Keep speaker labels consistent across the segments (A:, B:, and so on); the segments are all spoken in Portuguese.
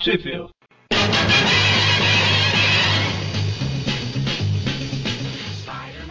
A: Sheffield.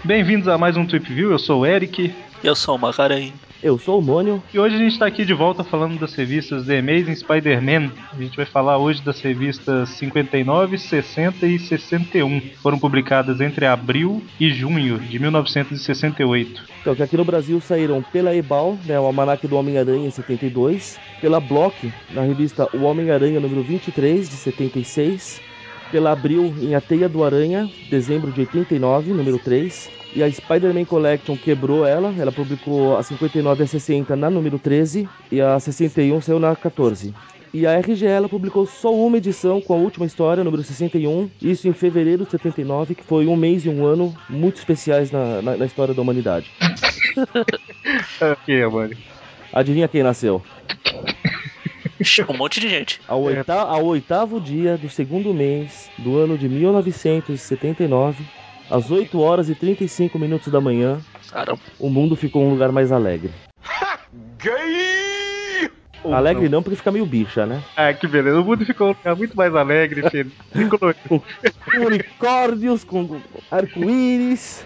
A: Bem-vindos a mais um Trip View, eu sou o Eric.
B: Eu sou o Macaranho.
C: Eu sou o Mônio.
A: E hoje a gente está aqui de volta falando das revistas The Amazing Spider-Man. A gente vai falar hoje das revistas 59, 60 e 61. Foram publicadas entre abril e junho de 1968.
C: Então, que aqui no Brasil saíram pela Ebal, né, o Almanac do Homem-Aranha em 72, pela Block, na revista O Homem-Aranha número 23 de 76, pela Abril em A Teia do Aranha, dezembro de 89, número 3. E a Spider-Man Collection quebrou ela, ela publicou a 59 e a 60 na número 13 e a 61 saiu na 14. E a RGE ela publicou só uma edição com a última história, número 61, isso em fevereiro de 79, que foi um mês e um ano muito especiais na, na, na história da humanidade.
A: Ok, mano.
C: Adivinha quem nasceu?
B: Um monte de gente.
C: Ao, oita ao oitavo dia do segundo mês do ano de 1979, às 8 horas e 35 minutos da manhã,
B: Caramba.
C: o mundo ficou um lugar mais alegre. alegre Oh, não, porque fica meio bicha, né?
A: Ah, que beleza. O mundo ficou um lugar muito mais alegre, feliz e colorido.
C: Com unicórnios, com arco-íris.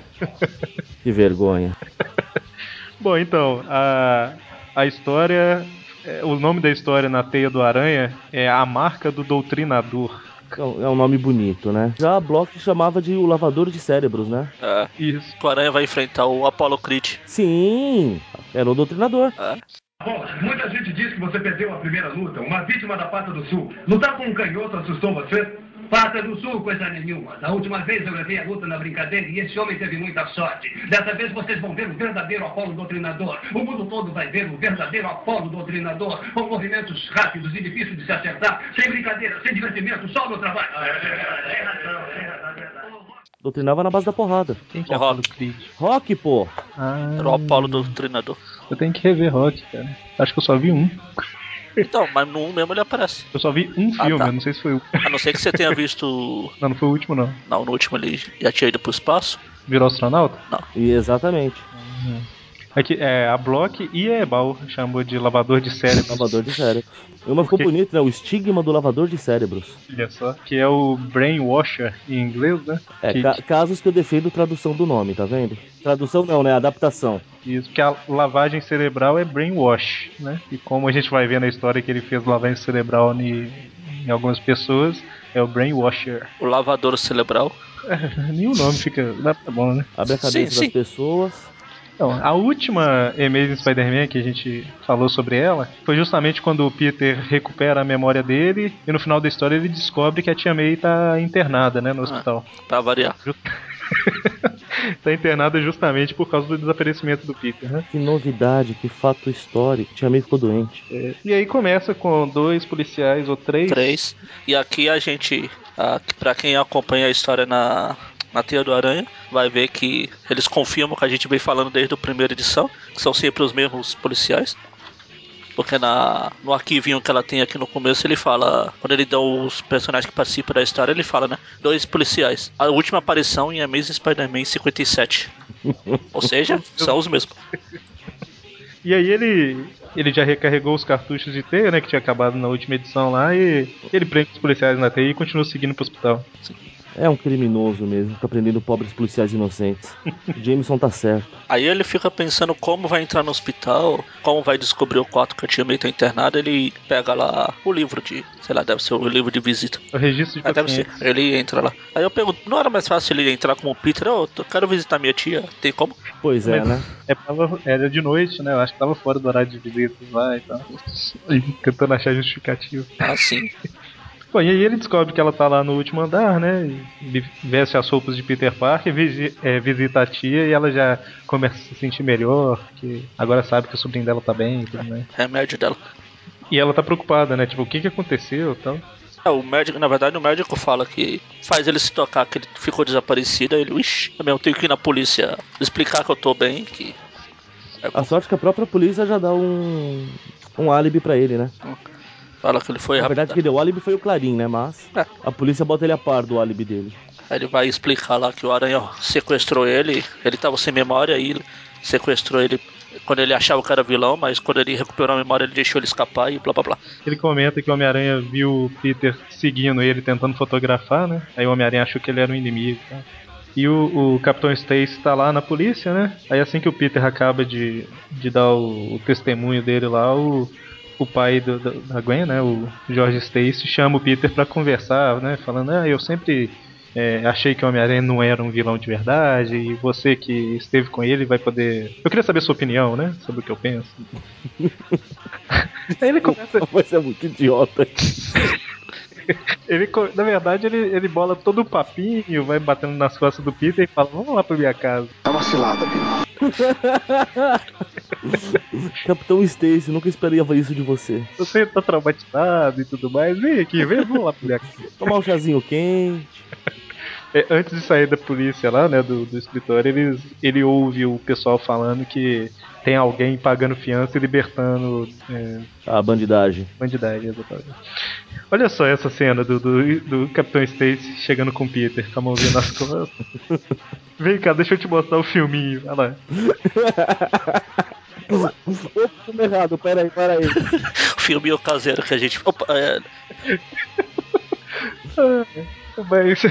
C: que vergonha.
A: Bom, então, a, a história. é, O nome da história na Teia do Aranha é A Marca do Doutrinador.
C: É um é um nome bonito, né? Já a Block chamava de o lavador de cérebros, né?
B: Ah,
A: Isso.
B: o Aranha vai enfrentar o Apollo Creed.
C: Sim, era o doutrinador.
B: Ah,
D: Bom, muita gente diz que você perdeu a primeira luta, uma vítima da Pata do Sul. Lutar com um canhoto assustou você? Pata do Sul, coisa nenhuma. Da última vez eu levei a luta na brincadeira e esse homem teve muita sorte. Dessa vez vocês vão ver o verdadeiro Apolo Doutrinador. O mundo todo vai ver o verdadeiro Apolo Doutrinador. Com movimentos rápidos e difíceis de se acertar. Sem brincadeira, sem divertimento, só no trabalho.
C: Doutrinava na base da porrada.
A: Quem que
B: O
A: é Apollo
B: Rock.
A: Creed?
C: Rock, pô!
A: Ah,
B: era o Apollo do treinador.
A: eu tenho que rever Rock, cara. Acho que eu só vi um.
B: Então, mas no 1 mesmo ele aparece.
A: Eu só vi um
B: Ah,
A: filme,
B: tá.
A: eu não sei se foi o.
B: A não ser que você tenha visto.
A: Não, não foi o último, não.
B: Não, no último ele já tinha ido pro espaço.
A: Virou astronauta?
C: E exatamente,
A: É que é, a Block e a Ebal chamou de lavador de cérebro.
C: lavador de cérebros. E uma ficou
A: quê?
C: bonita, né? O estigma do lavador de cérebros.
A: Olha só. Que é o Brainwasher em inglês, né?
C: É,
A: que,
C: ca- casos que eu defendo tradução do nome, tá vendo? Tradução não, né? Adaptação.
A: Isso, porque a lavagem cerebral é brainwash, né? E como a gente vai ver na história que ele fez lavagem cerebral ni- em algumas pessoas, é o brainwasher.
B: O lavador cerebral.
A: Nenhum nome fica. Dá tá bom, né?
C: Abre a
B: Sim,
C: cabeça das
B: sim.
C: pessoas.
A: Então, a última Amazing Spider-Man que a gente falou sobre ela foi justamente quando o Peter recupera a memória dele e no final da história ele descobre que a tia May tá internada, né, no hospital.
B: Pra variar.
A: Tá internada justamente por causa do desaparecimento do Peter, né?
C: Que novidade, que fato histórico. Tia May ficou doente.
A: É, E aí começa com dois policiais ou três.
B: três E aqui a gente, ah, pra quem acompanha a história na, na Teia do Aranha, vai ver que eles confirmam que a gente vem falando desde a primeira edição, que são sempre os mesmos policiais. Porque na, no arquivinho que ela tem aqui no começo, ele fala. Quando ele dá os personagens que participam da história, ele fala, né? Dois policiais. A última aparição em Amazing Spider-Man 57. Ou seja, são os mesmos.
A: E aí ele, ele já recarregou os cartuchos de teia, né? Que tinha acabado na última edição lá, e ele prende os policiais na teia e continua seguindo pro hospital.
C: É um criminoso mesmo, fica prendendo pobres policiais inocentes. Jameson tá certo.
B: Aí ele fica pensando como vai entrar no hospital, como vai descobrir o quarto que a tia May tá internada, ele pega lá o livro de, sei lá, deve ser o livro de visita.
A: O registro de
B: Ah, deve ser.
A: pacientes.
B: Ele entra lá. Aí eu pergunto, não era mais fácil ele entrar como Peter? Eu tô- quero visitar minha tia, tem como?
C: Pois é, né?
A: É, tava- era de noite, né? Eu acho que tava fora do horário de visitas lá e tal. E tentando achar justificativo.
B: Ah, sim.
A: Bom, e aí ele descobre que ela tá lá no último andar, né? Ele veste as roupas de Peter Parker, visi- é, visita a tia e ela já começa a se sentir melhor, porque agora sabe que o sobrinho dela tá bem e tudo mais.
B: Remédio dela.
A: E ela tá preocupada, né? Tipo, o que que aconteceu e tal.
B: É, o médico, na verdade, o médico fala que faz ele se tocar que ele ficou desaparecido. Aí ele, ixi, também eu tenho que ir na polícia explicar que eu tô bem, que
C: A sorte é que a própria polícia já dá um. um álibi pra ele, né?
B: fala que ele foi
C: Na verdade,
B: rapidamente.
C: quem deu o álibi foi o Clarim, né? Mas
B: É.
C: a polícia bota ele a par do álibi dele.
B: Aí ele vai explicar lá que o Aranha sequestrou ele, ele tava sem memória e sequestrou ele quando ele achava que era vilão, mas quando ele recuperou a memória, ele deixou ele escapar e blá blá blá.
A: Ele comenta que o Homem-Aranha viu o Peter seguindo ele, tentando fotografar, né? Aí o Homem-Aranha achou que ele era um inimigo. Tá? E o, o Capitão Stacy tá lá na polícia, né? Aí assim que o Peter acaba de, de dar o, o testemunho dele lá, o, o pai do- do- da Gwen, né, o George Stacy, chama o Peter pra conversar, né, falando, ah, eu sempre é, achei que o Homem-Aranha não era um vilão de verdade e você que esteve com ele vai poder... Eu queria saber sua opinião, né, sobre o que eu penso. Aí ele começa...
C: Mas é muito idiota.
A: Ele, co- na verdade, ele, ele bola todo o papinho, vai batendo nas costas do Peter e fala, vamos lá pra minha casa.
C: Capitão Stacy, nunca esperaria isso de você.
A: Você tá traumatizado e tudo mais, vem aqui, vem, vamos lá pra minha casa.
C: Tomar um chazinho quente.
A: É, antes de sair da polícia lá, né, do, do escritório, eles, ele ouve o pessoal falando que tem alguém pagando fiança e libertando é,
C: Ah, bandidagem.
A: bandidagem, exatamente. Olha só essa cena do, do, do Capitão Stacy chegando com o Peter, com a mãozinha nas costas. Vem cá, deixa eu te mostrar o filminho, olha lá.
C: Opa, tô errado, peraí, peraí.
B: O filme caseiro que a gente. Opa, é,
A: Ah, Mas,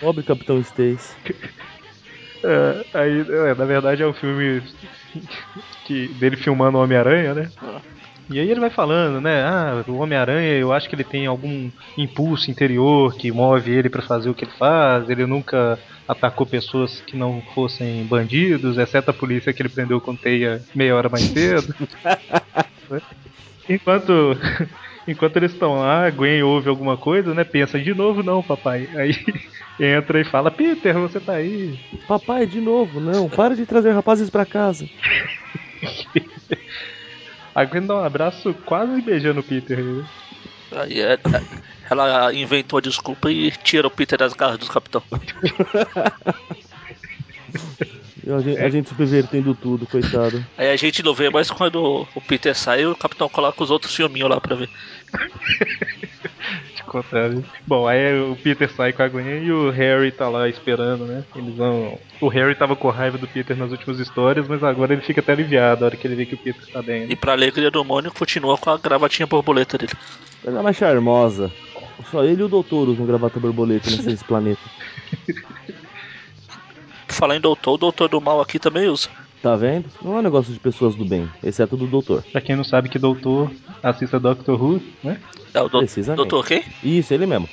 C: Pobre Capitão Stacy.
A: é, aí, é, na verdade é um filme que, dele filmando o Homem-Aranha, né? E aí ele vai falando, né? Ah, o Homem-Aranha, eu acho que ele tem algum impulso interior que move ele pra fazer o que ele faz. Ele nunca atacou pessoas que não fossem bandidos, exceto a polícia que ele prendeu com teia meia hora mais cedo. enquanto enquanto eles estão lá, a Gwen ouve alguma coisa, né? Pensa de novo não, papai. Aí entra e fala: "Peter, você tá aí?"
C: Papai, de novo, não. Para de trazer rapazes pra casa.
A: A Gwen dá um abraço quase beijando o Peter. né?
B: aí é- ela inventou a desculpa e tira o Peter das garras do capitão.
C: E A gente, a gente subvertendo tudo, coitado.
B: Aí a gente não vê mais quando o Peter sai, o capitão coloca os outros filminhos lá pra ver.
A: Te contar, viu? Bom, aí o Peter sai com a Gwen e o Harry tá lá esperando, né? Eles vão. O Harry tava com raiva do Peter nas últimas histórias, mas agora ele fica até aliviado na hora que ele vê que o Peter tá bem. né?
B: E pra alegria do Mônio, continua com a gravatinha borboleta dele.
C: Ela é mais charmosa. Só ele e o doutor usam gravata borboleta nesse planeta.
B: Por falar em doutor, o doutor do mal aqui também usa.
C: Tá vendo? Não é um negócio de pessoas do bem, exceto do doutor.
A: Pra quem não sabe que doutor assista Doctor Who, né?
B: É o do-
C: Precisamente.
B: doutor quem?
C: Isso, ele mesmo.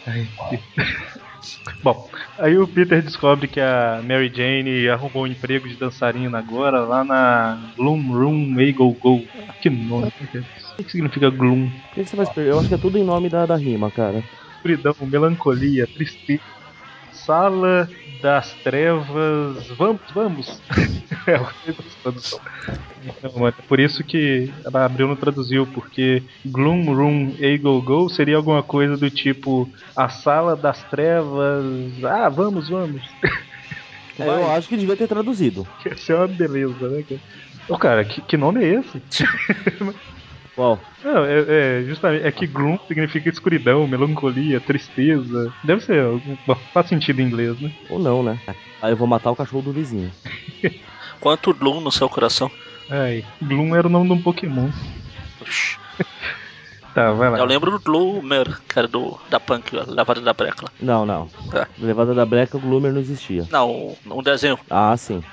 A: Bom, aí o Peter descobre que a Mary Jane arrumou um emprego de dançarina agora lá na Gloom Room Eagle Go. Que nome, né? O que significa Gloom?
C: Por que que você vai esperar? Eu acho que é tudo em nome da, da rima, cara.
A: escuridão, melancolia, tristeza, sala das trevas, vamos, vamos. é uma coisa de tradução. Então, mano, é por isso que a Abril não traduziu, porque Gloom Room Eagle Go seria alguma coisa do tipo a sala das trevas, ah, vamos, vamos.
C: É, Eu acho que devia ter traduzido.
A: Isso é uma beleza, né, cara? Ô, cara, que, que nome é esse?
C: Qual?
A: Não, é, é, justamente, é que gloom significa escuridão, melancolia, tristeza. Deve ser, algum- bom, faz sentido em inglês, né?
C: Ou não, né? Aí eu vou matar o cachorro do vizinho.
B: Quanto Gloom no seu coração.
A: Ai, É, Gloom era o nome de um Pokémon. Tá, vai
B: Eu
A: lá.
B: lembro do Gloomer, que era do, da Punk, a lavada da breca lá.
C: Não, não.
A: É.
B: Tá.
C: Levada da breca, o Gloomer não existia.
B: Não, um desenho.
C: Ah, sim.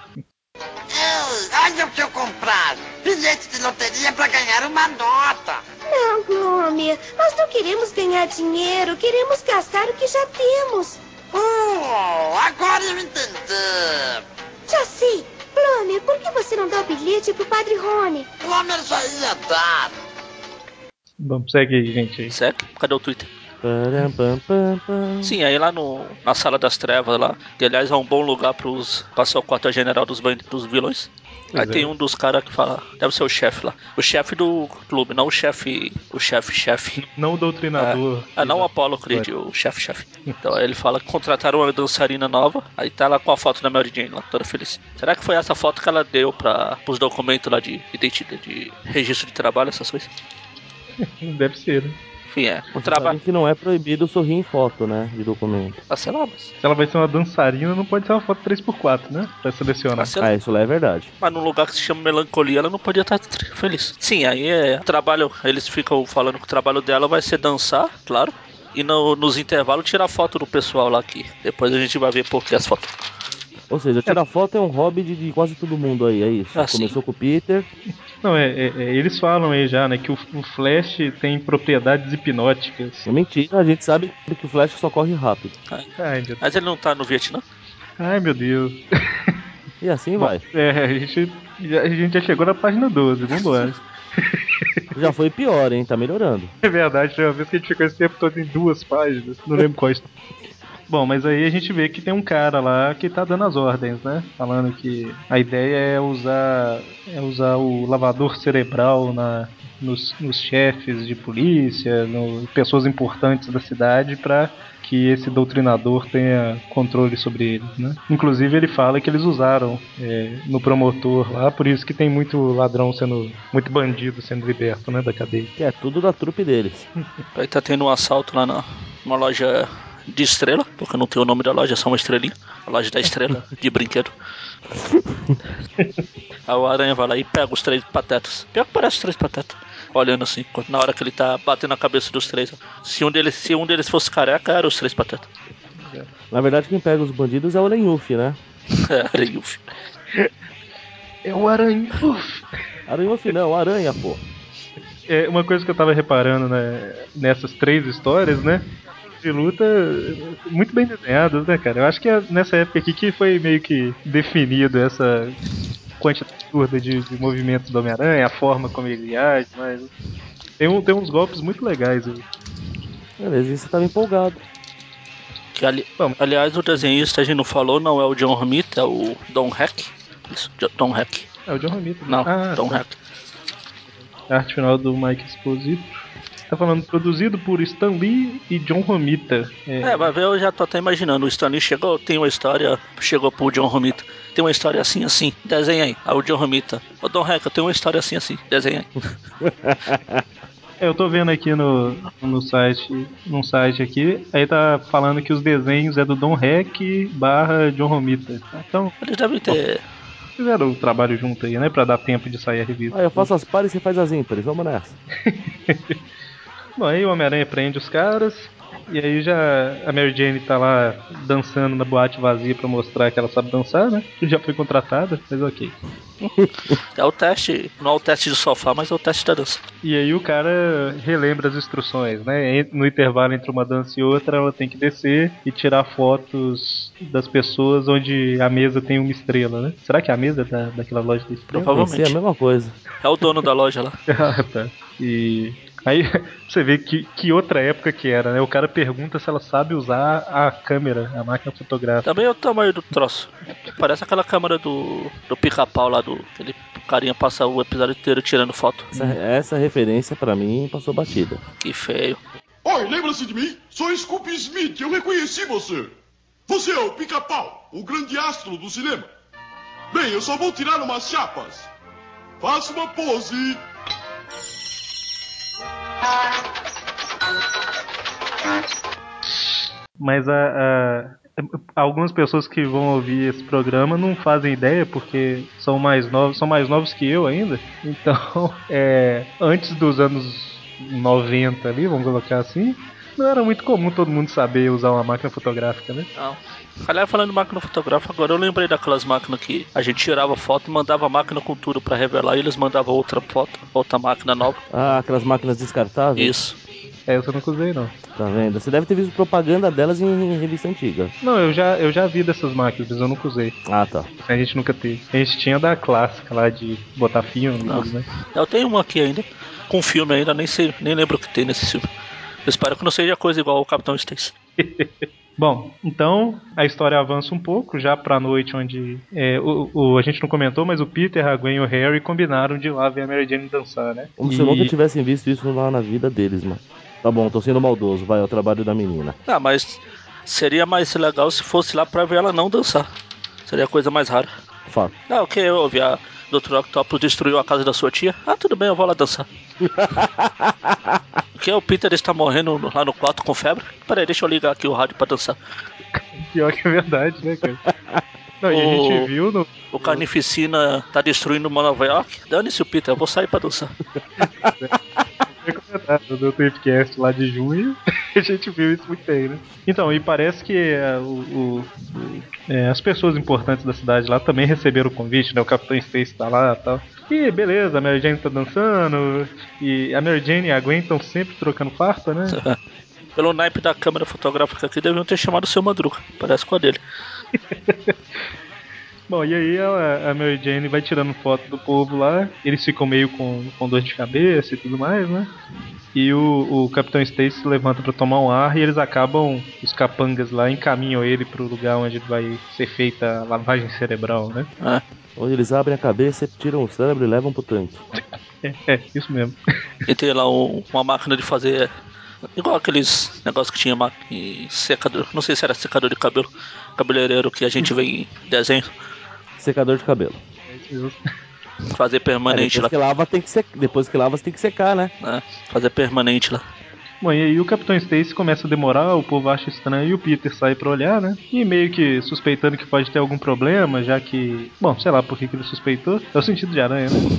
E: Ei, olha o Ah, é que eu comprasse. Bilhete de loteria pra ganhar uma nota.
F: Não, Glomer, nós não queremos ganhar dinheiro, queremos gastar o que já temos.
E: Oh, agora eu entendi.
F: Já sei. Glomer, por que você não dá o bilhete pro Padre Rony?
E: O Homer já ia dar.
A: Vamos, segue aí, gente.
B: Certo? Cadê o Twitter?
C: Param, pam, pam,
A: Hum.
C: pam.
B: Sim, aí lá no, na Sala das Trevas lá, que aliás é um bom lugar pros, pra ser o quartel-general dos, band- dos vilões. Aí
A: é.
B: tem um dos caras que fala, deve ser o chefe lá. O chefe do clube, não o chefe, o chefe, chefe.
A: Não o doutrinador.
B: Ah, não o Apollo Creed, o chefe, chefe. Então aí ele fala que contrataram uma dançarina nova, aí tá lá com a foto da Mary Jane lá, toda feliz. Será que foi essa foto que ela deu para os documentos lá de identidade, de registro de trabalho, essas coisas?
A: Deve ser, né?
B: Enfim, é. O
C: Você
B: trabalho.
C: sabe que não é proibido sorrir em foto, né? De documento.
B: Ah, sei lá, mas.
A: Se ela vai ser uma dançarina, não pode ser uma foto 3x4, né? Pra
B: Ah,
A: selecionar.
B: sei lá.
C: Ah, isso lá é verdade.
B: Mas num lugar que se chama melancolia, ela não podia estar tr- feliz. Sim, aí é. o Trabalho, eles ficam falando que o trabalho dela vai ser dançar, claro. E no- nos intervalos tirar foto do pessoal lá aqui. Depois a gente vai ver por que as fotos.
C: Ou seja, tirar foto é um hobby de, de quase todo mundo aí, é isso.
B: Ah, sim.
C: Começou com o Peter.
A: Não, é, é- é, eles falam aí já, né, que o, o Flash tem propriedades hipnóticas.
C: É mentira, a gente sabe que o Flash só corre rápido.
A: Ai, meu,
B: Mas ele não tá no Vietnã.
A: ai, meu Deus.
C: E assim vai.
A: É, a gente, já- a gente já chegou na página 12, vambora.
C: Já foi pior, hein? Tá melhorando.
A: É verdade, foi uma vez que a gente ficou esse tempo todo em duas páginas, não lembro quais. Bom, mas aí a gente vê que tem um cara lá que tá dando as ordens, né? Falando que a ideia é usar é usar o lavador cerebral na, nos, nos chefes de polícia, no, pessoas importantes da cidade pra que esse doutrinador tenha controle sobre eles, né? Inclusive ele fala que eles usaram é, no promotor lá, por isso que tem muito ladrão sendo, muito bandido sendo liberto, né, da cadeia.
C: Que é tudo da trupe deles.
B: Aí tá tendo um assalto lá na uma loja de estrela, porque não tem o nome da loja, é só uma estrelinha. A loja da estrela, de brinquedo. Aí o aranha vai lá e pega os três patetas. Pior que parece os três patetas. Olhando assim, enquanto- na hora que ele tá batendo a cabeça dos três. ó. Se um deles, se um deles fosse careca, era os três patetas.
C: Na verdade, quem pega os bandidos é o Lenhuf, né?
B: Era aí, uf.
A: É o aranha.
C: Aranhuf não, aranha, pô.
A: É, uma coisa que eu tava reparando né, nessas três histórias, né? De luta muito bem desenhadas, né, cara? Eu acho que é nessa época aqui que foi meio que definido essa quantidade absurda de, de movimentos do Homem-Aranha, a forma como ele age, mas. Tem, um, tem uns golpes muito legais. viu?
C: Beleza, e você tava empolgado.
B: Que ali-
A: Bom.
B: aliás, o desenhista a gente não falou, não é o John Romita, é o Don Heck. Isso, Jo- Don Heck.
A: É o John Romita.
B: Não, então.
A: ah,
B: Don
A: tá.
B: Heck.
A: A arte final do Mike Exposito. Tá falando produzido por Stan Lee e John Romita.
B: É, vai ver, eu já tô até imaginando. O Stanley chegou, tem uma história, chegou pro John Romita. Tem uma história assim, assim, desenha aí. Aí o John Romita, ô Don Heck, eu tenho uma história assim, assim, desenha aí.
A: É, eu tô vendo aqui no, no site, num site aqui, aí tá falando que os desenhos é do Don Heck barra John Romita. Então,
B: Eles devem ter.
A: fizeram o trabalho junto aí, né, pra dar tempo de sair a revista.
C: Ah, eu faço as pares e você faz as ímpares, vamos nessa.
A: Bom, aí o Homem-Aranha prende os caras, e aí já a Mary Jane tá lá dançando na boate vazia pra mostrar que ela sabe dançar, né, já foi contratada, mas ok.
B: É o teste, não é o teste de sofá, mas é o teste da dança.
A: E aí o cara relembra as instruções, né? En- No intervalo entre uma dança e outra, ela tem que descer e tirar fotos das pessoas onde a mesa tem uma estrela, né? Será que é a mesa da, daquela loja da estrela?
C: Pensei a
B: Provavelmente.
C: mesma coisa.
B: É o dono da loja lá.
A: Ah, tá. E aí você vê que, que outra época que era, né? O cara pergunta se ela sabe usar a câmera, a máquina fotográfica.
B: Também é o tamanho do troço. Parece aquela câmera do, do pica-pau lá do. Aquele carinha passa o episódio inteiro tirando foto.
C: Essa, essa referência pra mim passou batida.
B: Que feio.
G: Oi, lembra-se de mim? Sou Scoop Smith, eu reconheci você. Você é o pica-pau, o grande astro do cinema. Bem, eu só vou tirar umas chapas. Faça uma pose.
A: Mas a, a- algumas pessoas que vão ouvir esse programa não fazem ideia porque são mais novos, são mais novos que eu ainda. Então, é, antes dos anos 90 ali, vamos colocar assim, não era muito comum todo mundo saber usar uma máquina fotográfica, né?
B: Não. Aliás, falando em máquina fotográfica, agora eu lembrei daquelas máquinas que a gente tirava foto e mandava a máquina com tudo pra revelar e eles mandavam outra foto, outra máquina nova.
C: Ah, aquelas máquinas descartáveis?
B: Isso.
A: É, Essa eu nunca usei não.
C: Tá vendo? Você deve ter visto propaganda delas em, em revista antiga.
A: Não, eu já, eu já vi dessas máquinas, mas eu nunca usei.
C: Ah, tá.
A: A gente nunca teve. A gente tinha da clássica lá de botar filme, e tudo,
B: Nossa.
A: né?
B: Eu tenho uma aqui ainda, com filme ainda, nem sei, nem lembro o que tem nesse filme. Eu espero que não seja coisa igual o Capitão Stacy.
A: Bom, então a história avança um pouco já pra noite onde é, o, o- a gente não comentou, mas o Peter, a Gwen e o Harry combinaram de ir lá ver a Mary Jane dançar, né?
C: Como
A: e...
C: se nunca tivessem visto isso lá na vida deles, mano. Tá bom, tô sendo maldoso, vai, é o trabalho da menina.
B: Ah, mas seria mais legal se fosse lá pra ver ela não dançar. Seria a coisa mais rara.
C: Fato.
B: Ah, ok, eu ouvi a Dr. Octopus destruiu a casa da sua tia. Ah, tudo bem, eu vou lá dançar. Porque o Peter está morrendo no- lá no quarto com febre. Peraí, deixa eu ligar aqui o rádio pra dançar.
A: Pior que é verdade, né, cara? Não, e a
B: O-
A: gente viu no.
B: O Carnificina tá destruindo uma Nova York. Dane-se o Peter, eu vou sair pra dançar.
A: É comentado do Tripcast lá de junho, a gente viu isso muito bem, né? Então, e parece que é, o- o- o- é, as pessoas importantes da cidade lá também receberam o convite, né? O Capitão Stacy tá lá e tal. E beleza, a Mary Jane tá dançando, e a Mary Jane e a Gwen estão sempre trocando farpa, né?
B: Pelo naipe da câmera fotográfica aqui, deviam ter chamado o seu Madruga. Parece com a dele.
A: Bom, e aí ela- a Mary Jane vai tirando foto do povo lá, eles ficam meio com, com dor de cabeça e tudo mais, né? E o, o Capitão Stacy se levanta pra tomar um ar e eles acabam, os capangas lá, encaminham ele pro lugar onde vai ser feita a lavagem cerebral, né?
B: né?
C: Onde eles abrem a cabeça, tiram o cérebro e levam pro tanque.
A: É, é isso mesmo.
B: E tem lá um- uma máquina de fazer. Igual aqueles negócios que tinha ma- em secador. Não sei se era secador de cabelo. Cabeleireiro que a gente vê em desenho.
C: Secador de cabelo.
A: É isso mesmo.
B: Fazer permanente
C: depois
B: lá.
C: que lava tem que secar. Depois que lava você tem que secar, né?
B: né? Fazer permanente lá.
A: Bom, e aí o Capitão Stacy começa a demorar, o povo acha estranho e o Peter sai pra olhar, né? E meio que suspeitando que pode ter algum problema, já que. Bom, sei lá por que que ele suspeitou. É o sentido de aranha, né?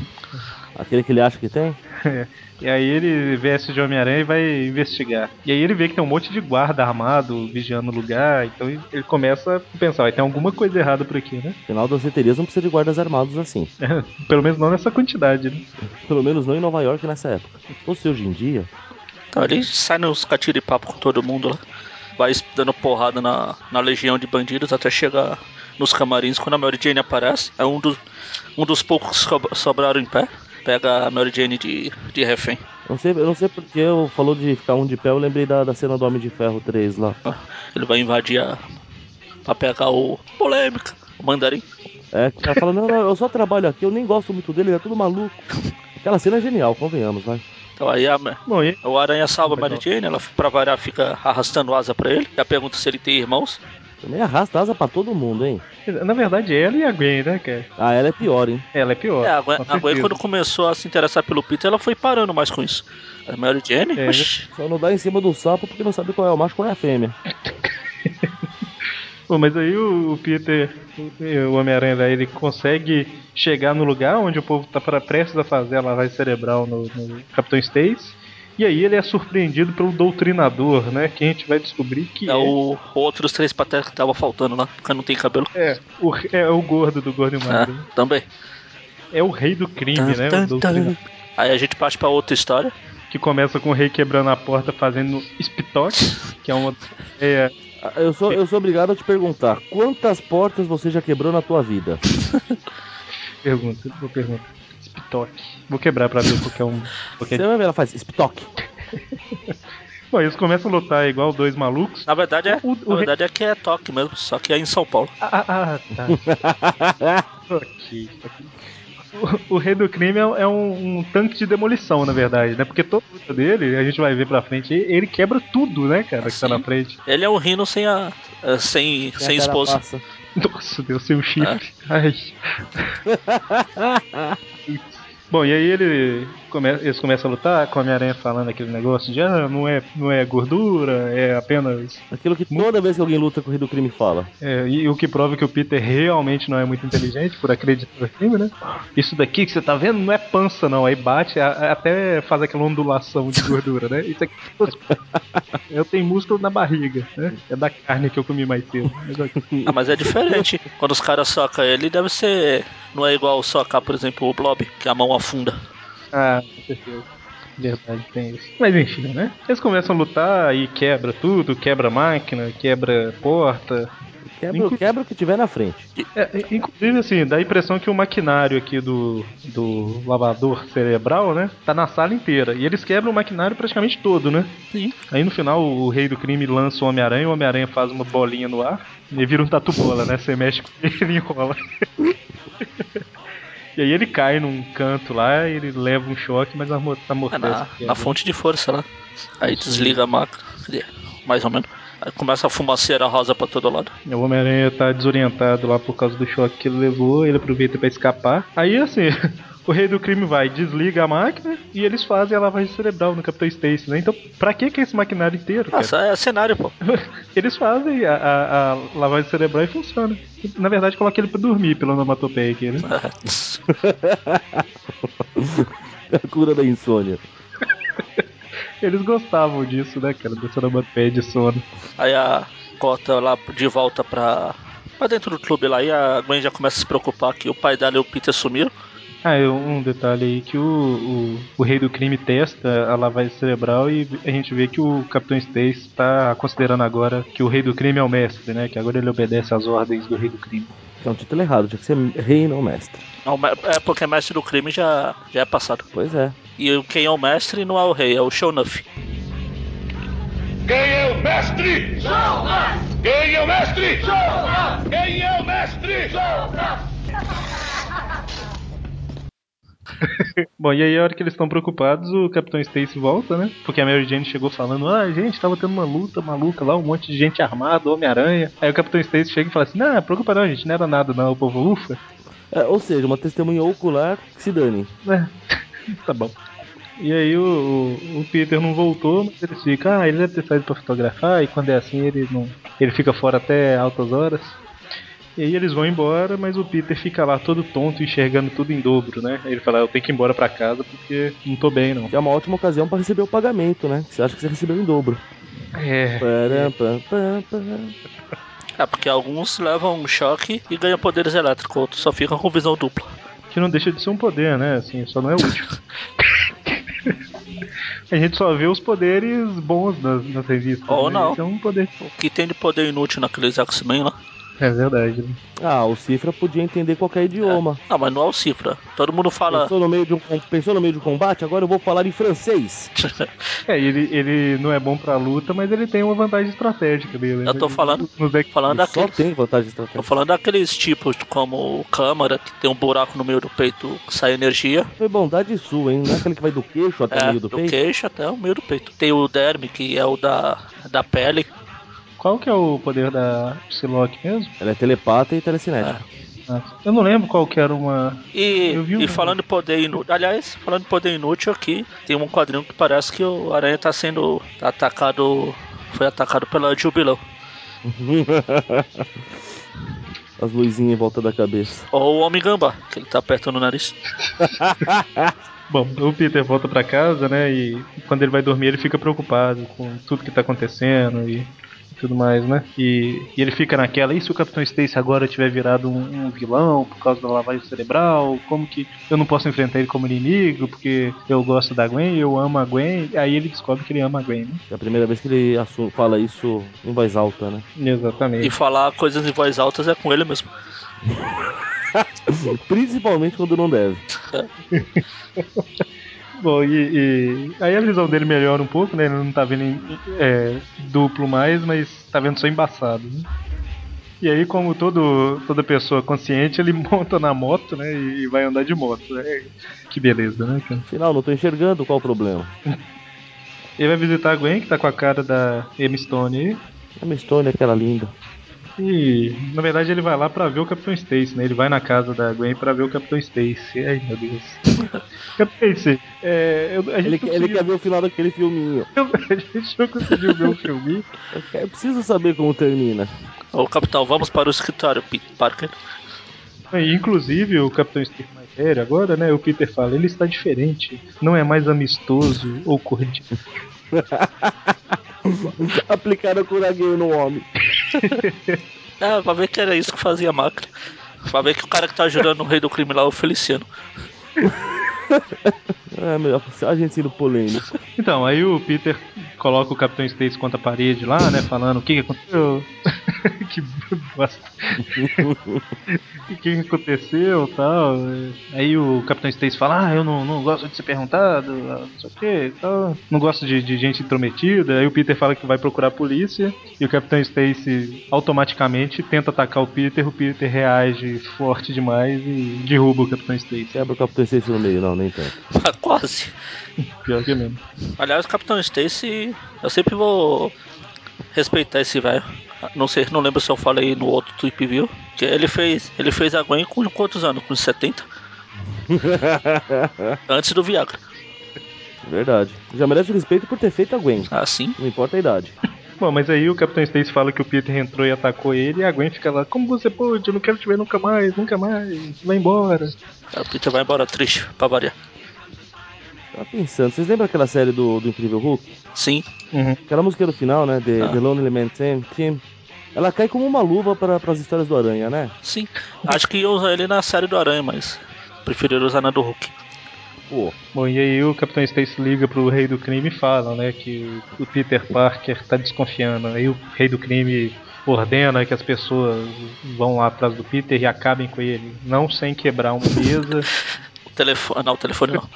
C: Aquele que ele acha que tem.
A: É. E aí ele veste de Homem-Aranha e vai investigar. E aí ele vê que tem um monte de guarda armado vigiando o lugar, então ele começa a pensar, "Ué, tem alguma coisa errada por aqui, né?
C: Afinal das reterias não precisa de guardas armados assim.
A: Pelo menos não nessa quantidade, né?
C: Pelo menos não em Nova York nessa época. Se fosse hoje em dia,
B: Então ele sai nos catiripapo com todo mundo lá. Vai dando porrada na, na legião de bandidos até chegar nos camarins. Quando a Mary Jane aparece, é um, dos um dos poucos que sobra- sobraram em pé. Pega a Mary Jane de, de refém.
C: Não sei, eu não sei porque eu falou de ficar um de pé, eu lembrei da, da cena do Homem de Ferro 3 lá.
B: Ele vai invadir a. pra pegar o. polêmica, o mandarim.
C: É, que o cara fala, não, não, eu só trabalho aqui, eu nem gosto muito dele, ele é tudo maluco. Aquela cena é genial, convenhamos, vai.
B: Então aí a,
A: Bom, e
B: o aranha salva a Mary Jane, ela pra variar fica arrastando asa pra ele. Já pergunta se ele tem irmãos.
C: Também arrasta asa pra todo mundo, hein?
A: na verdade ela e a Gwen, né, cara?
C: Ah, ela é pior, hein?
A: Ela é pior.
B: É, a Gwen,
A: com
B: a Gwen
A: certeza.
B: quando começou a se interessar pelo Peter, ela foi parando mais com isso. A Mary Jane,
A: É,
B: oxi,
C: Só não dá em cima do sapo porque não sabe qual é o macho e qual é a fêmea.
A: Bom, mas aí o o Peter, o- o Homem-Aranha, lá, ele consegue chegar no lugar onde o povo tá pra, prestes a fazer a lavagem cerebral no, no Capitão Stacy. E aí ele é surpreendido pelo doutrinador, né? Que a gente vai descobrir que
B: é o o outro dos três patetas que tava faltando lá, porque não tem cabelo.
A: É, o, é o gordo do Gordo e
B: Ah,
A: Magro. né?
B: também.
A: É o rei do crime, né? o doutrinador.
B: Aí a gente parte pra outra história.
A: Que começa com o rei quebrando a porta fazendo spitock, que é uma. É,
C: Ah, Eu sou, eu sou obrigado a te perguntar, quantas portas você já quebrou na tua vida?
A: pergunta, vou pergunta. Spitock. Vou quebrar pra ver qual que é um. qual que
C: Você
A: é-
C: vai ver, ela faz spitoque.
A: Bom, eles começam a lutar igual dois malucos.
B: Na verdade é,
A: O- o
B: na
A: re-
B: verdade é que é toque mesmo, só que é em São Paulo.
A: Ah, ah, tá. ah, tá. ok. O, o Rei do Crime é, é um, um tanque de demolição, na verdade, né? Porque toda luta dele, a gente vai ver pra frente, ele quebra tudo, né, cara, que tá na
B: Sim.
A: frente.
B: Ele é um rino sem a a- sem sem
C: Tem a
B: esposa.
C: carapaça.
A: Nossa, deu seu chifre. Ai. Bom, e aí ele come- eles começam a lutar com a Homem-Aranha falando aquele negócio de ah, não é, não é gordura, é apenas.
C: Aquilo que toda vez que alguém luta com o rei do crime fala.
A: É, e o que prova que o Peter realmente não é muito inteligente, por acreditar no crime, né? Isso daqui que você tá vendo não é pança, não. Aí bate, a- a- até faz aquela ondulação de gordura, né? Isso aqui é, eu tenho músculo na barriga, né? É da carne que eu comi mais cedo. Mas ok.
B: Ah, mas é diferente. Quando os caras socam ele, deve ser. Não é igual socar, por exemplo, o Blob, que a mão afunda.
A: Ah, com certeza. Verdade, tem isso. Mas enfim, né? Eles começam a lutar e quebra tudo, quebra máquina, quebra porta.
C: Quebra, quebra o que tiver na frente.
A: É, e- inclusive, assim, dá a impressão que o maquinário aqui do, do lavador cerebral, né? Tá na sala inteira. E eles quebram o maquinário praticamente todo, né?
B: Sim.
A: Aí no final o rei do crime lança o Homem-Aranha, o Homem-Aranha faz uma bolinha no ar e vira um tatu-bola, né? Você mexe com ele ele enrola. e aí ele cai num canto lá, ele leva um choque, mas amor-
B: É
A: amortece.
B: na,
A: a quebra.
B: na fonte de força lá. Aí desliga a máquina. Quer dizer, Mais ou menos. Aí começa a fumaceira rosa pra todo lado.
A: O Homem-Aranha tá desorientado lá por causa do choque que ele levou, ele aproveita pra escapar. Aí assim, o o rei do crime vai, desliga a máquina e eles fazem a lavagem cerebral no Capitão Stacy, né? Então, pra que que é esse maquinário inteiro, cara?
B: Nossa, é cenário, pô.
A: Eles fazem a, a- a lavagem cerebral e funciona. Na verdade, coloca ele pra dormir pela onomatopeia aqui, né?
C: A cura da insônia.
A: Eles gostavam disso, né, cara? Dessa onomatopeia de sono.
B: Aí a cota lá de volta pra, pra dentro do clube lá. E a Gwen já começa a se preocupar que o pai dela e o Peter sumiram.
A: Ah, eu- um detalhe aí que o, o, o rei do crime testa a lavagem cerebral e a gente vê que o Capitão Stacy tá considerando agora que o rei do crime é o mestre, né? Que agora ele obedece às ordens do rei do crime.
C: É um título errado, tinha que ser rei não mestre.
B: Não, me- É porque mestre do crime já, já é passado.
C: Pois é.
B: E o- quem é o mestre não é o rei, é o Shonuff.
G: Quem é o mestre? Quem é o mestre? Quem é o mestre?
A: Bom, e aí a hora que eles estão preocupados, o Capitão Stacy volta, né? Porque a Mary Jane chegou falando, ah, gente, tava tendo uma luta maluca lá, um monte de gente armada, Homem-Aranha. Aí o Capitão Stacy chega e fala assim, não, preocupa não, gente, não era nada não, o povo, ufa.
C: É, ou seja, uma testemunha ocular que se dane.
B: É.
A: né? tá bom. E aí o, o- o Peter não voltou, mas ele fica, ah, ele deve ter saído pra fotografar, e quando é assim ele não. ele fica fora até altas horas. E aí eles vão embora, mas o Peter fica lá todo tonto, enxergando tudo em dobro, né? Aí Ele fala, eu tenho que ir embora pra casa porque não tô bem não.
C: É uma ótima ocasião pra receber o pagamento, né? Você acha que você recebeu em dobro.
A: É.
C: Param, pam, pam, pam.
B: É porque alguns levam um choque e ganham poderes elétricos, outros só ficam com visão dupla.
A: Que não deixa de ser um poder, né? Assim, só não é útil. A gente só vê os poderes bons nas, nas revistas.
B: Ou
A: né?
B: não.
A: Esse é um poder.
B: O que tem de poder inútil naqueles X-Men lá?
A: É verdade. Né?
C: Ah, o Cifra podia entender qualquer idioma.
B: Não, mas não é o Cifra. Todo mundo fala.
C: Pensou no, meio de um, pensou no meio de um combate? Agora eu vou falar em francês.
A: É, ele, ele não é bom pra luta, mas ele tem uma vantagem estratégica dele. né?
B: Eu tô
A: Ele-
B: falando-
A: Nos X-
B: Falando
C: Ele só
B: daquele.
C: tem vantagem
B: Tô
C: estratégica.
B: falando daqueles tipos como câmara, que tem um buraco no meio do peito que sai energia.
C: Foi bondade sua, hein? Não é aquele que vai do queixo até o
B: É,
C: meio
B: do,
C: do, peito?
B: queixo até o meio do peito. Tem o derme, que é o da, da pele.
A: Qual que é o poder da Psylocke mesmo?
C: Ela é telepata e telecinética.
A: Ah, Eu não lembro qual que era uma...
B: E,
A: Eu vi um-
B: e falando em poder inútil. Aliás, falando em poder inútil aqui, tem um quadrinho que parece que o Aranha tá sendo tá atacado. Foi atacado pela Jubilão. É.
C: As luzinhas em volta da cabeça.
B: Ou o Homem Gambá, que ele tá apertando o nariz.
A: Bom, o Peter volta pra casa, né, e quando ele vai dormir ele fica preocupado com tudo que tá acontecendo e tudo mais, né? E, e ele fica naquela, e se o Capitão Stacy agora tiver virado um, um vilão por causa da lavagem cerebral? Como que eu não posso enfrentar ele como inimigo? Porque eu gosto da Gwen, eu amo a Gwen. Aí ele descobre que ele ama a Gwen, né?
C: É a primeira vez que ele assu- fala isso em voz alta, né?
A: Exatamente.
B: E falar coisas em voz alta é com ele mesmo.
C: Principalmente quando não deve.
A: Bom, e, e- aí a visão dele melhora um pouco, né? Ele não tá vendo em- é, duplo mais, mas tá vendo só embaçado, né? E aí, como todo, toda pessoa consciente, ele monta na moto, né? E vai andar de moto. né? Que beleza, né, cara?
C: Afinal, não tô enxergando qual o problema.
A: Ele vai visitar a Gwen, que tá com a cara da Emma Stone aí.
C: A minha história é aquela linda.
A: E, na verdade, ele vai lá pra ver o Capitão Stacy, né? Ele vai na casa da Gwen pra ver o Capitão Stacy. Ai, meu Deus. Capitão Stacy, é, eu- a gente não
C: Ele, que- ele
A: conseguiu-
C: quer ver o final daquele filminho.
A: A gente não conseguiu ver o filme.
C: Eu, que- eu preciso saber como termina.
B: Ô capitão, vamos para o escritório, Pete Parker.
A: E, É, Inclusive, o Capitão Stacy mais velho agora, né? O Peter fala, ele está diferente, não é mais amistoso ou corrente.
C: Aplicaram a cura gay no homem.
B: É, pra ver que era isso que fazia a máquina. Pra ver que o cara que tá ajudando o rei do crime lá é o Feliciano.
C: É, meu, a gente sendo polêmico.
A: Então, aí o Peter coloca o Capitão Stacy contra a parede lá, né? Falando o que, que aconteceu. que bosta. o que, que aconteceu tal. é. Aí o Capitão Stacy fala, ah, eu não, não gosto de ser perguntado, ah, não sei o que tal. Não gosto de, de gente intrometida. Aí o Peter fala que vai procurar a polícia. E o Capitão Stacy automaticamente tenta atacar o Peter. O Peter reage forte demais e derruba o Capitão É Stacy.
C: Quebra o Capitão Stacy no meio, não, nem tanto.
B: Ah, Quase.
A: Pior que é mesmo.
B: Aliás, Capitão Stacy, eu sempre vou respeitar esse velho. Não sei, não lembro se eu falei no outro Tweep View. Que ele fez, ele fez a Gwen com quantos anos? Com 70? Antes do Viagra.
C: Verdade. Já merece respeito por ter feito a Gwen.
B: Assim.
C: Não importa a idade.
A: Bom, mas aí o Capitão Stacy fala que o Peter entrou e atacou ele, e a Gwen fica lá, como você pôde? Eu não quero te ver nunca mais, nunca mais, vai embora.
B: A Peter vai embora triste, pra variar.
C: Tava Tá pensando, vocês lembram aquela série do, do Incrível Hulk?
B: Sim.
A: Uhum.
C: Aquela música do final, né? The,
B: Ah.
C: The Lonely Man Team, Team. Ela cai como uma luva para as histórias do Aranha, né?
B: Sim, acho que ia usar ele na série do Aranha, mas preferiram usar na do Hulk.
C: Pô,
A: Bom, e aí o Capitão Stacy liga pro Rei do Crime e fala, né, que o Peter Parker tá desconfiando. Aí o Rei do Crime ordena que as pessoas vão lá atrás do Peter e acabem com ele, não sem quebrar uma mesa.
B: O telefone, não, o telefone não.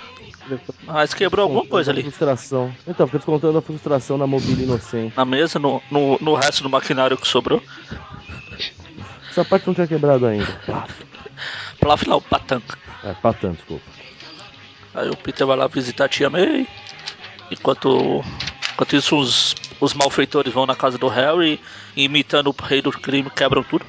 B: Mas quebrou alguma coisa
C: descontando a
B: ali.
C: Frustração. Então, fica descontando a frustração na mobília inocente.
B: Na mesa, no, no, no resto do maquinário que sobrou.
C: Essa parte não tinha quebrado ainda. Pá.
B: Lá final, patan.
C: É, Patan, desculpa.
B: Aí o Peter vai lá visitar a tia May. Enquanto, enquanto isso, os, os malfeitores vão na casa do Harry, imitando o rei do crime, quebram tudo.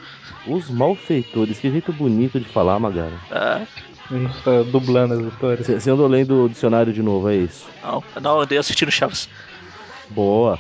C: Os malfeitores, que jeito bonito de falar, Magara.
B: É,
A: A gente tá dublando as histórias.
C: Você andou lendo o dicionário de novo, é isso?
B: não, não, andei assistindo Chaves.
C: Boa.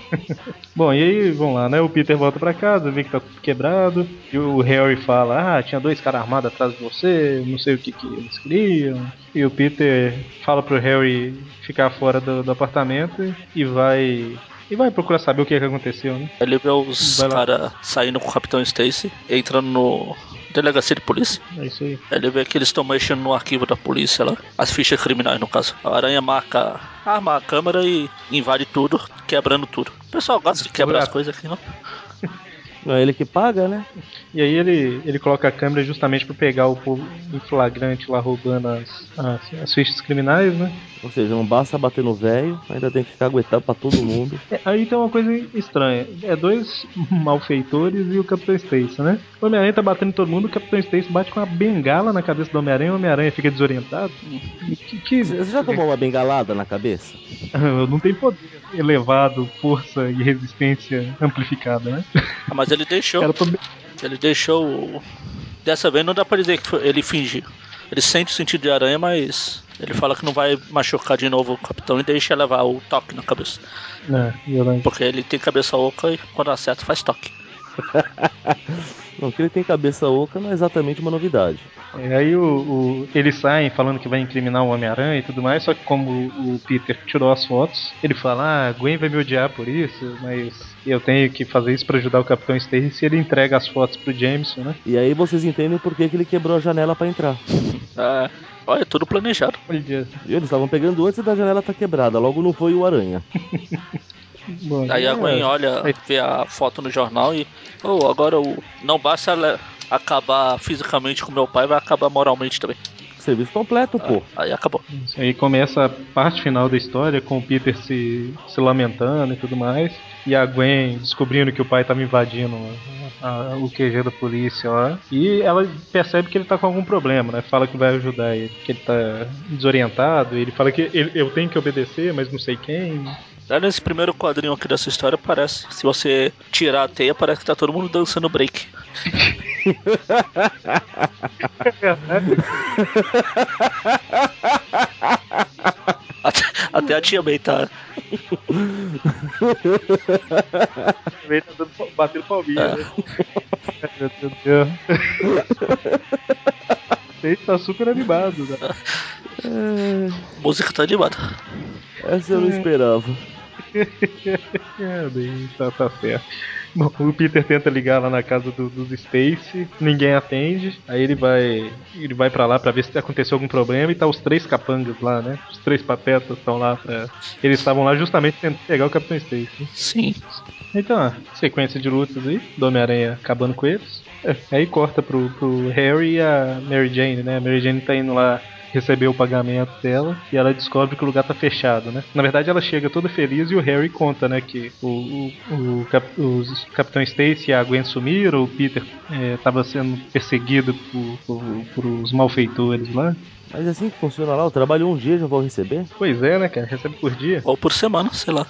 A: Bom, e aí, vamos lá, né? O Peter volta pra casa, vê que tá tudo quebrado. E o Harry fala: Ah, tinha dois caras armados atrás de você, não sei o que, que eles queriam. E o Peter fala pro Harry ficar fora do, do apartamento e vai. E vai procurar saber o que, que aconteceu, né?
B: Ele vê os
A: Vai lá.
B: caras saindo com o Capitão Stacy, entrando no delegacia de polícia.
A: É isso aí.
B: Ele vê que eles estão mexendo no arquivo da polícia lá, as fichas criminais no caso. A aranha marca, arma a câmera e invade tudo, quebrando tudo. O pessoal gosta de quebrar as coisas aqui, não?
C: Não é ele que paga, né?
A: E aí ele, ele coloca a câmera justamente pra pegar o povo em flagrante lá roubando as, as, as fichas criminais, né?
C: Ou seja, não basta bater no velho, ainda tem que ficar aguentado pra todo mundo.
A: É, Aí tem uma coisa estranha. É dois malfeitores e o Capitão Stacy, né? O Homem-Aranha tá batendo em todo mundo, o Capitão Stacy bate com uma bengala na cabeça do Homem-Aranha, o Homem-Aranha fica desorientado. Que, que-
C: Você já tomou uma bengalada na cabeça?
A: Não tem poder elevado, força e resistência amplificada, né? tá
B: Ah, Mas ele deixou,
A: Era pra-
B: ele deixou. o- Dessa vez não dá pra dizer que foi- ele fingiu. Ele sente o sentido de aranha, mas ele fala que não vai machucar de novo o capitão e deixa levar o toque na cabeça.
A: É, violento.
B: Porque ele tem cabeça oca e quando acerta faz toque.
C: Não, que ele tem cabeça oca não é exatamente uma novidade.
A: É, aí o, o- eles saem falando que vai incriminar o Homem-Aranha e tudo mais, só que como o o Peter tirou as fotos, ele fala, ah, Gwen vai me odiar por isso, mas eu tenho que fazer isso pra ajudar o Capitão Stacy e ele entrega as fotos pro Jameson, né?
C: E aí vocês entendem por que, que ele quebrou a janela pra entrar.
B: É, olha, tudo planejado.
A: Olha,
C: E eles estavam pegando antes da janela tá quebrada, logo não foi o aranha.
A: bom,
B: Aí a Gwen
A: é,
B: olha, vê a foto no jornal e. Oh, agora o. Não basta ela acabar fisicamente com meu pai, vai acabar moralmente também.
C: Serviço completo, pô.
B: Aí acabou.
A: isso Aí começa a parte final da história com o Peter se, se lamentando e tudo mais. E a Gwen descobrindo que o pai tava invadindo a- a- o QG da polícia lá. E ela percebe que ele tá com algum problema, né? Fala que vai ajudar ele, que ele tá desorientado. Ele fala que ele- eu tenho que obedecer, mas não sei quem.
B: Aí nesse primeiro quadrinho aqui dessa história, parece. Se você tirar a teia, parece que tá todo mundo dançando break. Até, até a tia May tá.
A: Ele tá dando- batendo palminha,
B: É.
A: né? Meu Deus. Ele tá super animado, né?
C: É,
B: Música tá animada.
C: essa eu não esperava.
A: É, bem, tá, tá certo. Bom, o Peter tenta ligar lá na casa do- dos Stacy, ninguém atende. Aí ele vai, ele vai para lá pra ver se aconteceu algum problema e tá os três capangas lá, né? Os três patetas estão lá pra... Eles estavam lá justamente tentando pegar o Capitão Stacy.
B: Sim.
A: Então, ó, sequência de lutas aí, do Homem-Aranha acabando com eles. É, Aí corta pro, pro Harry e a Mary Jane, né? A Mary Jane tá indo lá receber o pagamento dela e ela descobre que o lugar tá fechado, né? Na verdade, ela chega toda feliz e o Harry conta, né? Que o, o, o cap- os Capitão Stacy e a Gwen sumiram, o Peter eh, tava sendo perseguido por, por, por os malfeitores lá.
C: Mas é assim que funciona lá, eu trabalho um dia já vou receber?
A: Pois é, né, cara? Recebe por dia.
B: Ou por semana, sei lá.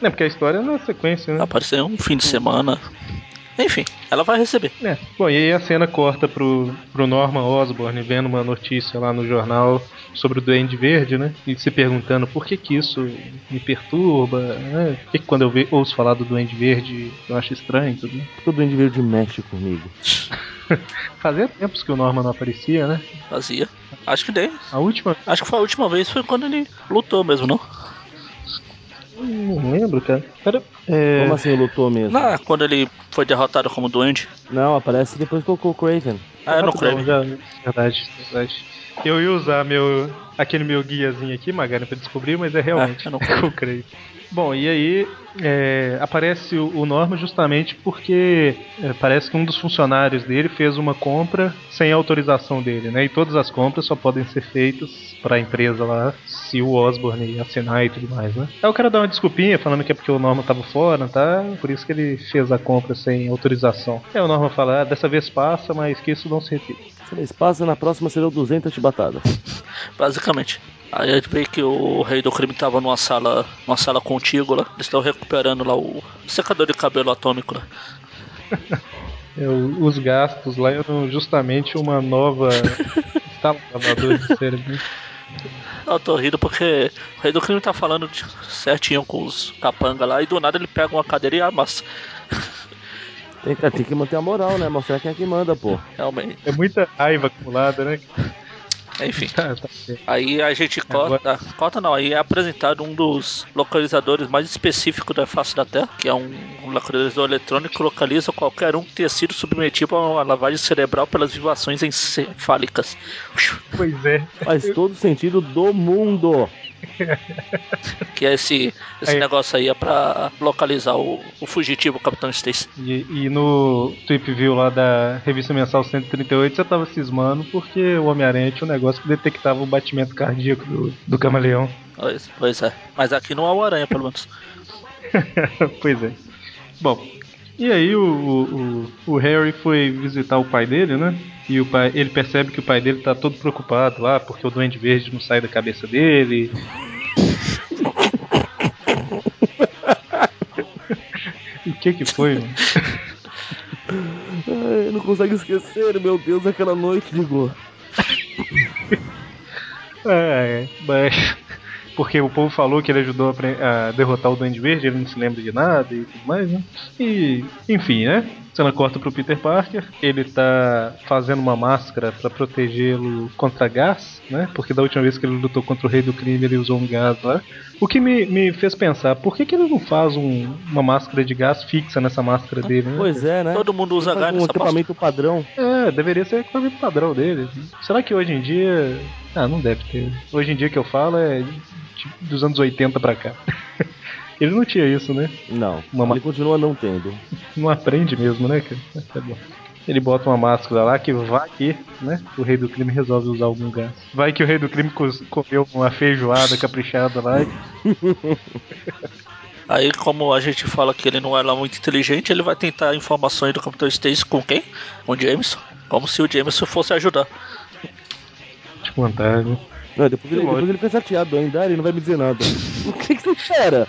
A: Não, porque a história é na sequência, né?
B: Apareceu um fim de semana. Enfim, ela vai receber.
A: É. Bom, e aí a cena corta pro, pro Norman Osborn vendo uma notícia lá no jornal sobre o Duende Verde, né? E se perguntando por que que isso me perturba, né? Por que, que quando eu ve- ouço falar do Duende Verde eu acho estranho e tudo, né?
C: Porque o Duende Verde mexe comigo.
A: Fazia tempos que o Norman não aparecia, né?
B: Vazia. Acho que nem.
A: A última,
B: Acho que foi a última vez, foi quando ele lutou mesmo, não?
A: eu não lembro, cara. Cara, é...
C: Como assim, lutou mesmo?
B: Não, quando ele foi derrotado como duende.
C: Não, aparece depois que colocou o Craven.
B: Ah, eu não
A: Rapidão,
B: creio.
A: já- Verdade, verdade. Eu ia usar meu aquele meu guiazinho aqui, Magari, pra descobrir, mas é realmente
B: Ah, eu não
A: eu creio. Bom, e aí é, aparece o, o Norma justamente porque é, parece que um dos funcionários dele fez uma compra sem autorização dele, né? E todas as compras só podem ser feitas pra empresa lá se o Osborne assinar e tudo mais, né? Aí o cara dá uma desculpinha falando que é porque o Norma tava fora, tá? Por isso que ele fez a compra sem autorização. Aí o Norma fala, ah, dessa vez passa, mas que isso não se repita.
C: Se eles passam, na próxima serão 200 chibatadas.
B: Basicamente. Aí a gente vê que o rei do crime tava numa sala. Uma sala contígua lá. Eles estão recuperando lá o secador de cabelo atômico lá.
A: É, o- os gastos lá eram justamente uma nova instala- lavadora de cérebro.
B: Eu tô rindo porque o rei do crime tá falando de- certinho com os capanga lá e do nada ele pega uma cadeira e amassa.
C: Tem, cara, tem que manter a moral, né? Mostrar quem é que manda, pô.
B: Realmente.
A: É muita raiva acumulada, né?
B: Enfim.
A: Tá, tá certo.
B: Aí a
C: É,
B: gente corta. Corta não, aí é apresentado um dos localizadores mais específicos da face da Terra, que é um um localizador eletrônico que localiza qualquer um que tenha sido submetido a uma lavagem cerebral pelas vibrações encefálicas.
A: Pois é.
C: Faz todo sentido do mundo.
B: Que é esse, esse
A: Aí.
B: negócio aí é pra localizar o, o fugitivo Capitão Stacy.
A: E, e no Trip View lá da revista mensal 138, você tava cismando porque o Homem-Aranha tinha um negócio que detectava o batimento cardíaco do, do camaleão.
B: Pois, pois é. Mas aqui não é o aranha, pelo menos.
A: pois é. Bom, e aí o, o- o- o Harry foi visitar o pai dele, né? E o pai, ele percebe que o pai dele tá todo preocupado lá, porque o Duende Verde não sai da cabeça dele. o que que foi, mano?
C: Ai, eu não consigo esquecer, meu Deus, aquela noite, digo.
A: É, mas... Porque o povo falou que ele ajudou a, pre- a derrotar o Duende Verde, ele não se lembra de nada e tudo mais, né? E, enfim, né? Cena corta pro Peter Parker, ele tá fazendo uma máscara pra protegê-lo contra gás, né? Porque da última vez que ele lutou contra o Rei do Crime, ele usou um gás lá. O que me, me fez pensar, por que, que ele não faz um- uma máscara de gás fixa nessa máscara dele, né?
C: Pois é, né?
B: Todo mundo usa gás
C: Faz um
B: nessa bosta.
C: equipamento padrão.
A: É, deveria ser com o padrão dele. Será que hoje em dia. Ah, não deve ter. Hoje em dia que eu falo é de- dos anos 80 pra cá. Ele não tinha isso, né?
C: Não,
A: Mamãe.
C: ele continua não tendo.
A: Não aprende mesmo, né, cara? Mas Tá bom. Ele bota uma máscara lá que vai que, né? O rei do crime resolve usar algum gás. Vai que o rei do crime co- comeu uma feijoada caprichada lá. e-
B: Aí, como a gente fala que ele não é lá muito inteligente, ele vai tentar informações do Capitão Stacy com quem? Com o Jameson. Como se o Jameson fosse ajudar.
A: Te contar, né?
C: Não, depois, ele,
A: Lógico.
C: depois ele fica chateado ainda, Ah, ele não vai me dizer nada. O que, que você espera?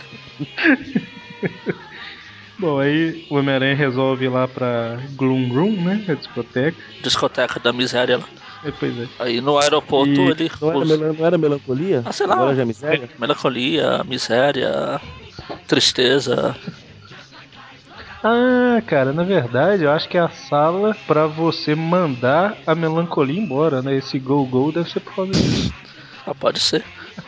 A: Bom, aí o Homem-Aranha resolve ir lá pra Gloom Room, né? A discoteca.
B: Discoteca da miséria lá.
A: E, Pois é.
B: Aí no aeroporto
A: E
B: ele
C: Não é era,
B: usa
C: melan- não era melancolia?
B: Ah, sei lá.
C: Agora já é miséria?
B: melancolia, miséria, tristeza.
A: Ah, cara, na verdade, eu acho que é a sala pra você mandar a melancolia embora, né? Esse go go deve ser por causa disso.
B: Ah, pode ser.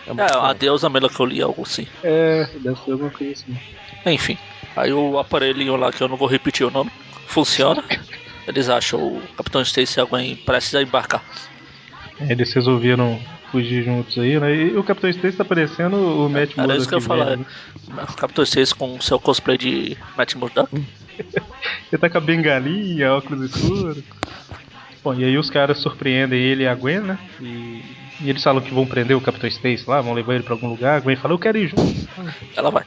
C: É,
B: É, adeus à melancolia, algo assim.
A: É, deve ser alguma coisa assim.
B: Enfim. Aí o aparelhinho lá, que eu não vou repetir o nome, funciona. Eles acham o Capitão Stacy e alguém precisa embarcar.
A: É, eles resolveram fugir juntos aí, né? E o Capitão Stacy tá parecendo o Matt
B: Era
A: Murdock
B: isso que eu ia
A: velho,
B: falar.
A: né?
B: O Capitão Stacy com o seu cosplay de Matt Murdock.
A: Ele tá com a bengalinha, óculos escuros. Bom, e aí os caras surpreendem ele e a Gwen, né? E, e eles falam que vão prender o Capitão Stacy lá, vão levar ele pra algum lugar. A Gwen fala, eu quero ir junto.
B: Ela vai.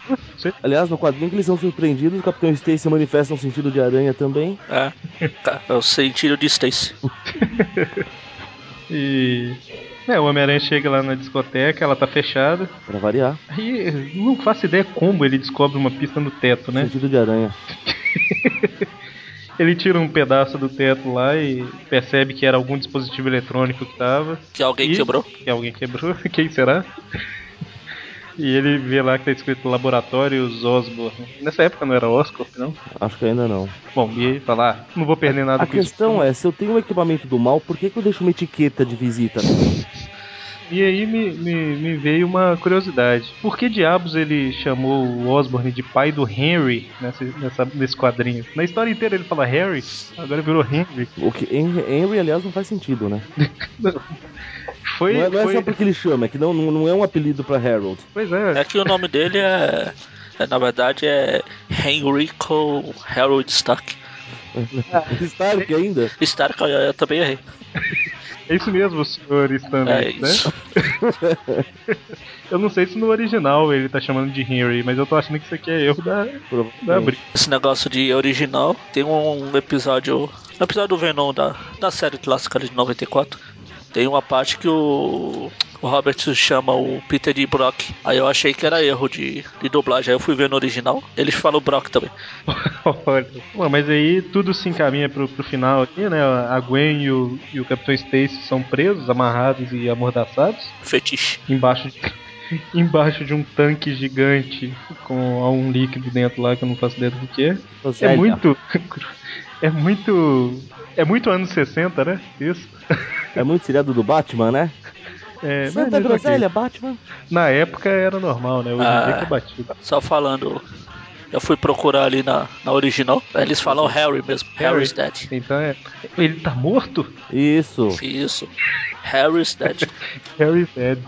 C: Aliás, no quadrinho que eles são surpreendidos, o Capitão Stacy manifesta um sentido de aranha também.
B: É. Tá, É o sentido de Stacy.
A: E... É, o Homem-Aranha chega lá na discoteca, ela tá fechada.
C: Pra variar,
A: Aí eu
C: um
A: não faço ideia como ele descobre uma pista no teto, né?
C: sentido de aranha.
A: Ele tira um pedaço do teto lá e percebe que era algum dispositivo eletrônico que tava.
B: Que alguém
A: E-
B: quebrou.
A: Que alguém quebrou. Quem será? E ele vê lá que tá escrito Laboratórios Osborne. Nessa época não era Oscorp, não?
C: Acho que ainda não.
A: Bom, e ele fala, ah, não vou perder nada
C: A
A: com
C: questão
A: isso.
C: é, se eu tenho um equipamento do mal, por que, que eu deixo uma etiqueta de visita?
A: E aí me, me, me veio uma curiosidade. Por que diabos ele chamou o Osborne de pai do Henry nessa, nessa, nesse quadrinho? Na história inteira ele fala Harry, agora virou Henry.
C: O que Henry, Henry, aliás, não faz sentido, né?
A: Foi,
C: Não é, não é
A: foi-
C: só porque ele chama, é que não, não não é um apelido pra Harold.
A: Pois
B: É que o nome dele é, é, na verdade, é Henrico Harold Stark.
C: Stark ainda.
B: Stark, eu, eu também errei.
A: É isso mesmo, senhor Stanley, né?
B: É isso.
A: Eu não sei se no original ele tá chamando de Henry, mas eu tô achando que isso aqui é erro da, da
C: provavelmente.
A: briga.
B: Esse negócio de original tem um episódio. No episódio do Venom da, da série clássica de 94. Tem uma parte que o, o Robert chama o Peter de Brock. Aí eu achei que era erro de, de dublagem. Aí eu fui ver no original. Eles falam Brock também.
A: Olha. Bom, mas aí tudo se encaminha pro, pro final aqui, né? A Gwen e o, e o Capitão Stacy são presos, amarrados e amordaçados
B: Fetiche.
A: embaixo de, embaixo de um tanque gigante com algum líquido dentro lá que eu não faço ideia do que é. É
C: Velha.
A: muito. É muito. É muito anos 60, né? Isso.
C: É muito seriado do Batman, né?
A: É, mas-
C: Santa
A: mas ok.
C: Groselha, Batman.
A: Na época era normal, né? Hoje em dia
B: Ah.
A: que é batido.
B: Só falando. Eu fui procurar ali na, na original. Aí eles falam Harry mesmo. Harry's dead.
A: Então é. Ele tá morto?
C: Isso.
B: Isso. Harry's dead.
A: Harry's dead.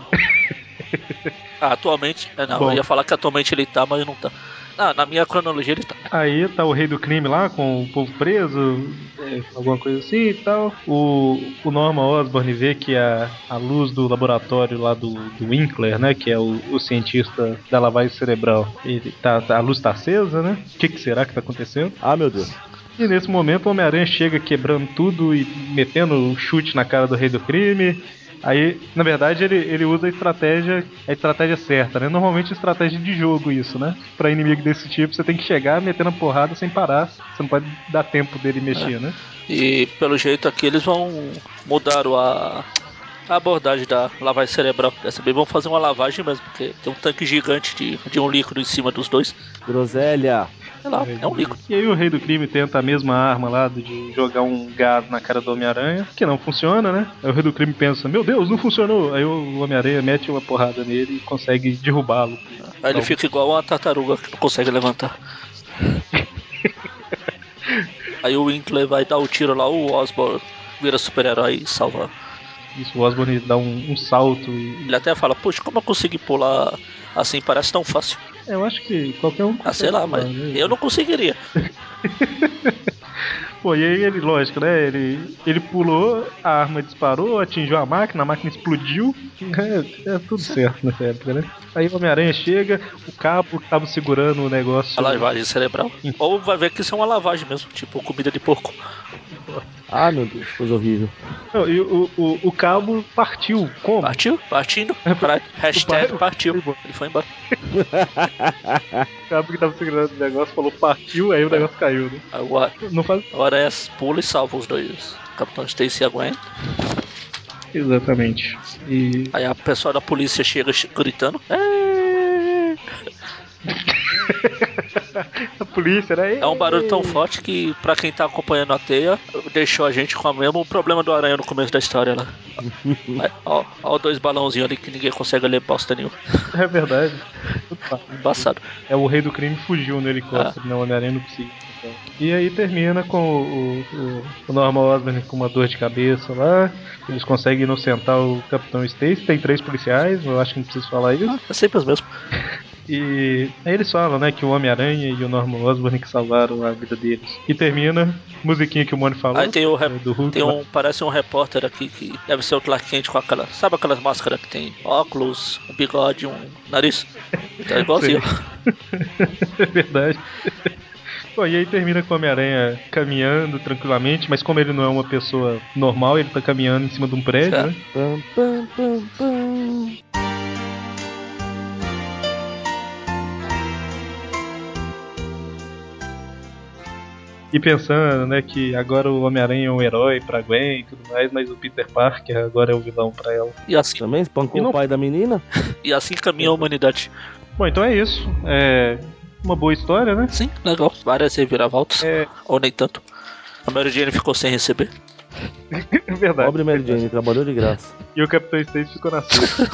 B: Ah, atualmente. é, Não,
A: Bom.
B: eu ia falar que atualmente ele tá, mas não tá. Ah, na minha cronologia ele tá.
A: Aí tá o rei do crime lá com o povo preso, é, alguma coisa assim e tal. O, o Norman Osborn vê que a, a luz do laboratório lá do, do Winkler, né, que é o, o cientista da lavagem cerebral, ele tá, tá- a luz tá acesa, né? O que, que será que tá acontecendo?
C: Ah, meu Deus.
A: E nesse momento o Homem-Aranha chega quebrando tudo e metendo um chute na cara do rei do crime. Aí, na verdade, ele, ele usa a estratégia, a estratégia certa, né? Normalmente é estratégia de jogo isso, né? Pra inimigo desse tipo, você tem que chegar metendo a porrada sem parar. Você não pode dar tempo dele mexer, né?
B: E pelo jeito aqui eles vão mudar o- a, a abordagem da lavagem cerebral. Dessa vez vão fazer uma lavagem mesmo, porque tem um tanque gigante de, de um líquido em cima dos dois.
C: Groselha.
B: Sei lá, é um líquido.
A: E aí o rei do crime tenta a mesma arma lá do- de jogar um gás na cara do Homem-Aranha, que não funciona, né? Aí o rei do crime pensa, meu Deus, não funcionou. Aí o Homem-Aranha mete uma porrada nele e consegue derrubá-lo.
B: Aí ele
A: Não.
B: fica igual uma tartaruga que não consegue levantar. Aí o Winkler vai dar o tiro lá, o Osborn vira super-herói e salva.
A: Isso, o Osborn dá um, um salto e.
B: Ele até fala, poxa, como eu consegui pular assim? Parece tão fácil.
A: É, Eu acho que qualquer um.
B: Ah, sei lá, mas eu não conseguiria.
A: Pô, e aí ele, lógico, né? Ele, ele pulou, a arma disparou, atingiu a máquina, a máquina explodiu. É, é tudo certo nessa época, né? Aí o Homem-Aranha chega, o cabo que tava segurando o negócio.
B: A lavagem cerebral. Ou vai ver que isso é uma lavagem mesmo, tipo comida de porco.
C: Ah, meu Deus, coisa horrível.
A: Não, e o, o, o cabo partiu. Como?
B: Partiu? Partindo? Caralho. Hashtag
A: Partiu.
B: partiu. Ele foi embora.
A: O cabo que tava segurando o negócio falou partiu, aí o negócio caiu, né?
B: Agora,
A: Não faz.
B: agora é pula e salva os dois. Capitão Stacy aguenta.
A: Exatamente. E
B: Aí a pessoa da polícia chega ch- gritando. É,
A: a polícia, né?
B: É um barulho tão forte que, pra quem tá acompanhando a teia, deixou a gente com o mesmo problema do aranha no começo da história lá. Aí, ó, ó, os dois balãozinhos ali que ninguém consegue ler bosta nenhuma.
A: É verdade.
B: Embaçado.
A: É o rei do crime fugiu no helicóptero, né? O Homem-Aranha não conseguiu. então. E aí termina com o, o, o Norman Osborn com uma dor de cabeça lá. Eles conseguem inocentar o Capitão Stacy. Tem três policiais, eu acho que não preciso falar isso.
B: É sempre os mesmos.
A: E aí eles falam, né, que o Homem-Aranha e o Norman Osborn que salvaram a vida deles. E termina, musiquinha que o Mônio falou.
B: Aí tem o rep-
A: né, do Hulk.
B: Tem
A: lá.
B: um, parece um repórter aqui que deve ser o Clark Kent com aquela. Sabe aquelas máscaras que tem óculos, um bigode, um nariz? Tá igualzinho.
A: É verdade. Bom, e aí termina com o Homem-Aranha caminhando tranquilamente, mas como ele não é uma pessoa normal, ele tá caminhando em cima de um prédio,
B: Certo.
A: né?
C: Pam, pam, pam, pam.
A: E pensando, né, que agora o Homem-Aranha é um herói pra Gwen e tudo mais, mas o Peter Parker agora é o vilão pra ela.
B: E assim,
C: Também espancou
A: E não-
C: o pai da menina?
B: e assim caminha a humanidade.
A: Bom, então é isso. É uma boa história, né?
B: Sim, legal. Várias reviravoltas.
A: É,
B: Ou nem tanto. A Mary Jane ficou sem receber.
A: é verdade.
C: Pobre Mary Jane, trabalhou de graça.
A: E o Capitão Stacy ficou na sua.